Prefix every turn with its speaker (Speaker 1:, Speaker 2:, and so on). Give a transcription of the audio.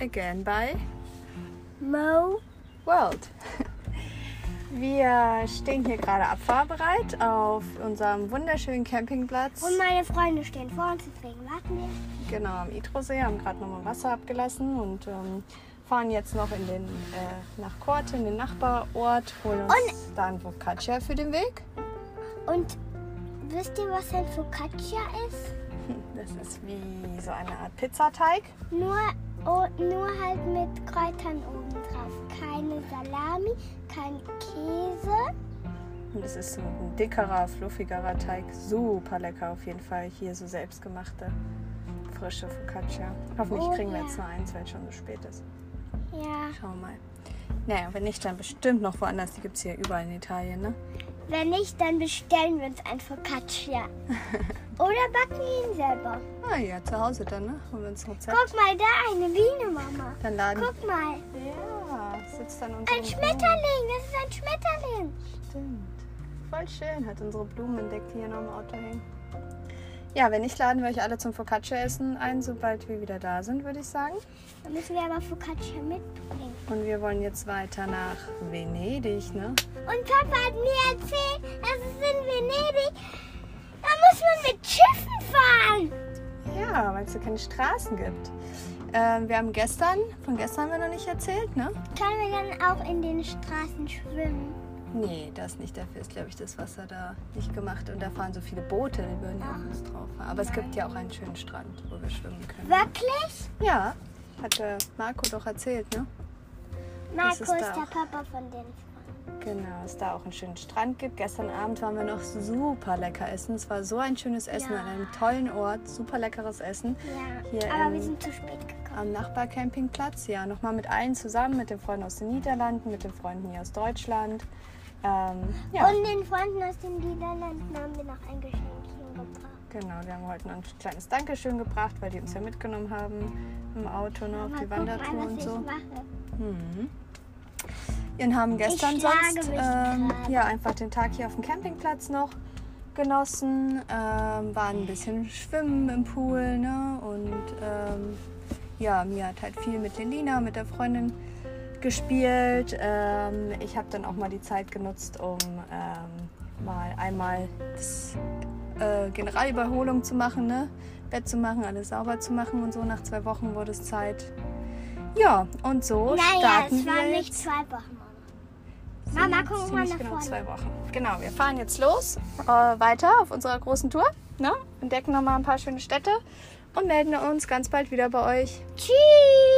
Speaker 1: again bei
Speaker 2: Mo.
Speaker 1: World. Wir stehen hier gerade abfahrbereit auf unserem wunderschönen Campingplatz.
Speaker 2: Und meine Freunde stehen vor uns, deswegen warten wir.
Speaker 1: Genau, am Idrosee, haben gerade nochmal Wasser abgelassen und ähm, fahren jetzt noch in den, äh, nach Korte, in den Nachbarort, holen uns dann Focaccia für den Weg.
Speaker 2: Und wisst ihr, was ein Focaccia ist?
Speaker 1: Das ist wie so eine Art Pizzateig.
Speaker 2: Nur, oh, nur halt mit Kräutern oben drauf. Keine Salami, kein Käse.
Speaker 1: Und es ist so ein dickerer, fluffigerer Teig. Super lecker auf jeden Fall. Hier so selbstgemachte, frische Focaccia. Hoffentlich
Speaker 2: Oh
Speaker 1: kriegen wir
Speaker 2: ja.
Speaker 1: jetzt nur eins, weil es schon so spät ist.
Speaker 2: Ja.
Speaker 1: Schau mal. Naja, wenn nicht, dann bestimmt noch woanders. Die gibt es hier überall in Italien, ne?
Speaker 2: Wenn nicht, dann bestellen wir uns ein Focaccia. Oder backen ihn selber.
Speaker 1: Ah ja, zu Hause dann, ne? Holen wir uns ein Rezept.
Speaker 2: Guck mal, da eine Biene, Mama.
Speaker 1: Dann laden.
Speaker 2: Guck mal.
Speaker 1: Ja, sitzt dann unter
Speaker 2: Ein
Speaker 1: den
Speaker 2: Schmetterling, das ist ein Schmetterling.
Speaker 1: Blumen. Stimmt. Voll schön, hat unsere Blumen entdeckt, die hier noch im Auto hängen. Ja, wenn nicht, laden wir euch alle zum Focaccia-Essen ein, sobald wir wieder da sind, würde ich sagen.
Speaker 2: Da müssen wir aber Focaccia mitbringen.
Speaker 1: Und wir wollen jetzt weiter nach Venedig, ne?
Speaker 2: Und Papa hat mir erzählt, dass es in Venedig, da muss man mit Schiffen fahren.
Speaker 1: Ja, weil es so keine Straßen gibt. Ähm, wir haben gestern, von gestern haben wir noch nicht erzählt, ne?
Speaker 2: Können wir dann auch in den Straßen schwimmen?
Speaker 1: Nee, das nicht. Dafür ist, glaube ich, das Wasser da nicht gemacht. Und da fahren so viele Boote, die würden ja auch nicht drauf fahren. Aber es gibt ja auch einen schönen Strand, wo wir schwimmen können.
Speaker 2: Wirklich?
Speaker 1: Ja, hat äh, Marco doch erzählt, ne? Das
Speaker 2: Marco
Speaker 1: ist
Speaker 2: ist
Speaker 1: da
Speaker 2: der
Speaker 1: auch.
Speaker 2: Papa von den
Speaker 1: Genau, es da auch einen schönen Strand gibt. Gestern Abend waren wir noch super lecker essen. Es war so ein schönes Essen
Speaker 2: Ja.
Speaker 1: an einem tollen Ort, super leckeres Essen.
Speaker 2: Ja,
Speaker 1: Hier
Speaker 2: aber
Speaker 1: im-
Speaker 2: wir sind zu spät gekommen.
Speaker 1: Am Nachbarcampingplatz, ja, nochmal mit allen zusammen, mit den Freunden aus den Niederlanden, mit den Freunden hier aus Deutschland. Ähm, ja,
Speaker 2: Und den Freunden aus den Niederlanden haben wir noch ein Geschenk hingebracht.
Speaker 1: genau, wir haben heute noch ein kleines Dankeschön gebracht, weil die uns ja mitgenommen haben im Auto, ne,
Speaker 2: Mal
Speaker 1: auf die
Speaker 2: gucken,
Speaker 1: Wandertour
Speaker 2: was
Speaker 1: und
Speaker 2: ich
Speaker 1: so.
Speaker 2: mache.
Speaker 1: Mhm. Und haben gestern
Speaker 2: schlage
Speaker 1: sonst
Speaker 2: mich
Speaker 1: ähm,
Speaker 2: gerade.
Speaker 1: ja, einfach den Tag hier auf dem Campingplatz noch genossen, ähm, waren ein bisschen schwimmen im Pool ne? und ähm, ja, Mia hat halt viel mit Lelina, mit der Freundin gespielt. Ähm, ich habe dann auch mal die Zeit genutzt, um ähm, mal einmal das, äh, Generalüberholung zu machen, ne? Bett zu machen, alles sauber zu machen und so. Nach zwei Wochen wurde es Zeit. Ja, und so
Speaker 2: Naja,
Speaker 1: starten
Speaker 2: es
Speaker 1: wir
Speaker 2: waren
Speaker 1: jetzt.
Speaker 2: nicht zwei Wochen, Mama. Mama, guck mal
Speaker 1: Ziemlich
Speaker 2: nach
Speaker 1: genau
Speaker 2: vorne.
Speaker 1: zwei Wochen. Genau, wir fahren jetzt los, äh, weiter auf unserer großen Tour. Ne? Entdecken nochmal ein paar schöne Städte und melden uns ganz bald wieder bei euch.
Speaker 2: Tschüss.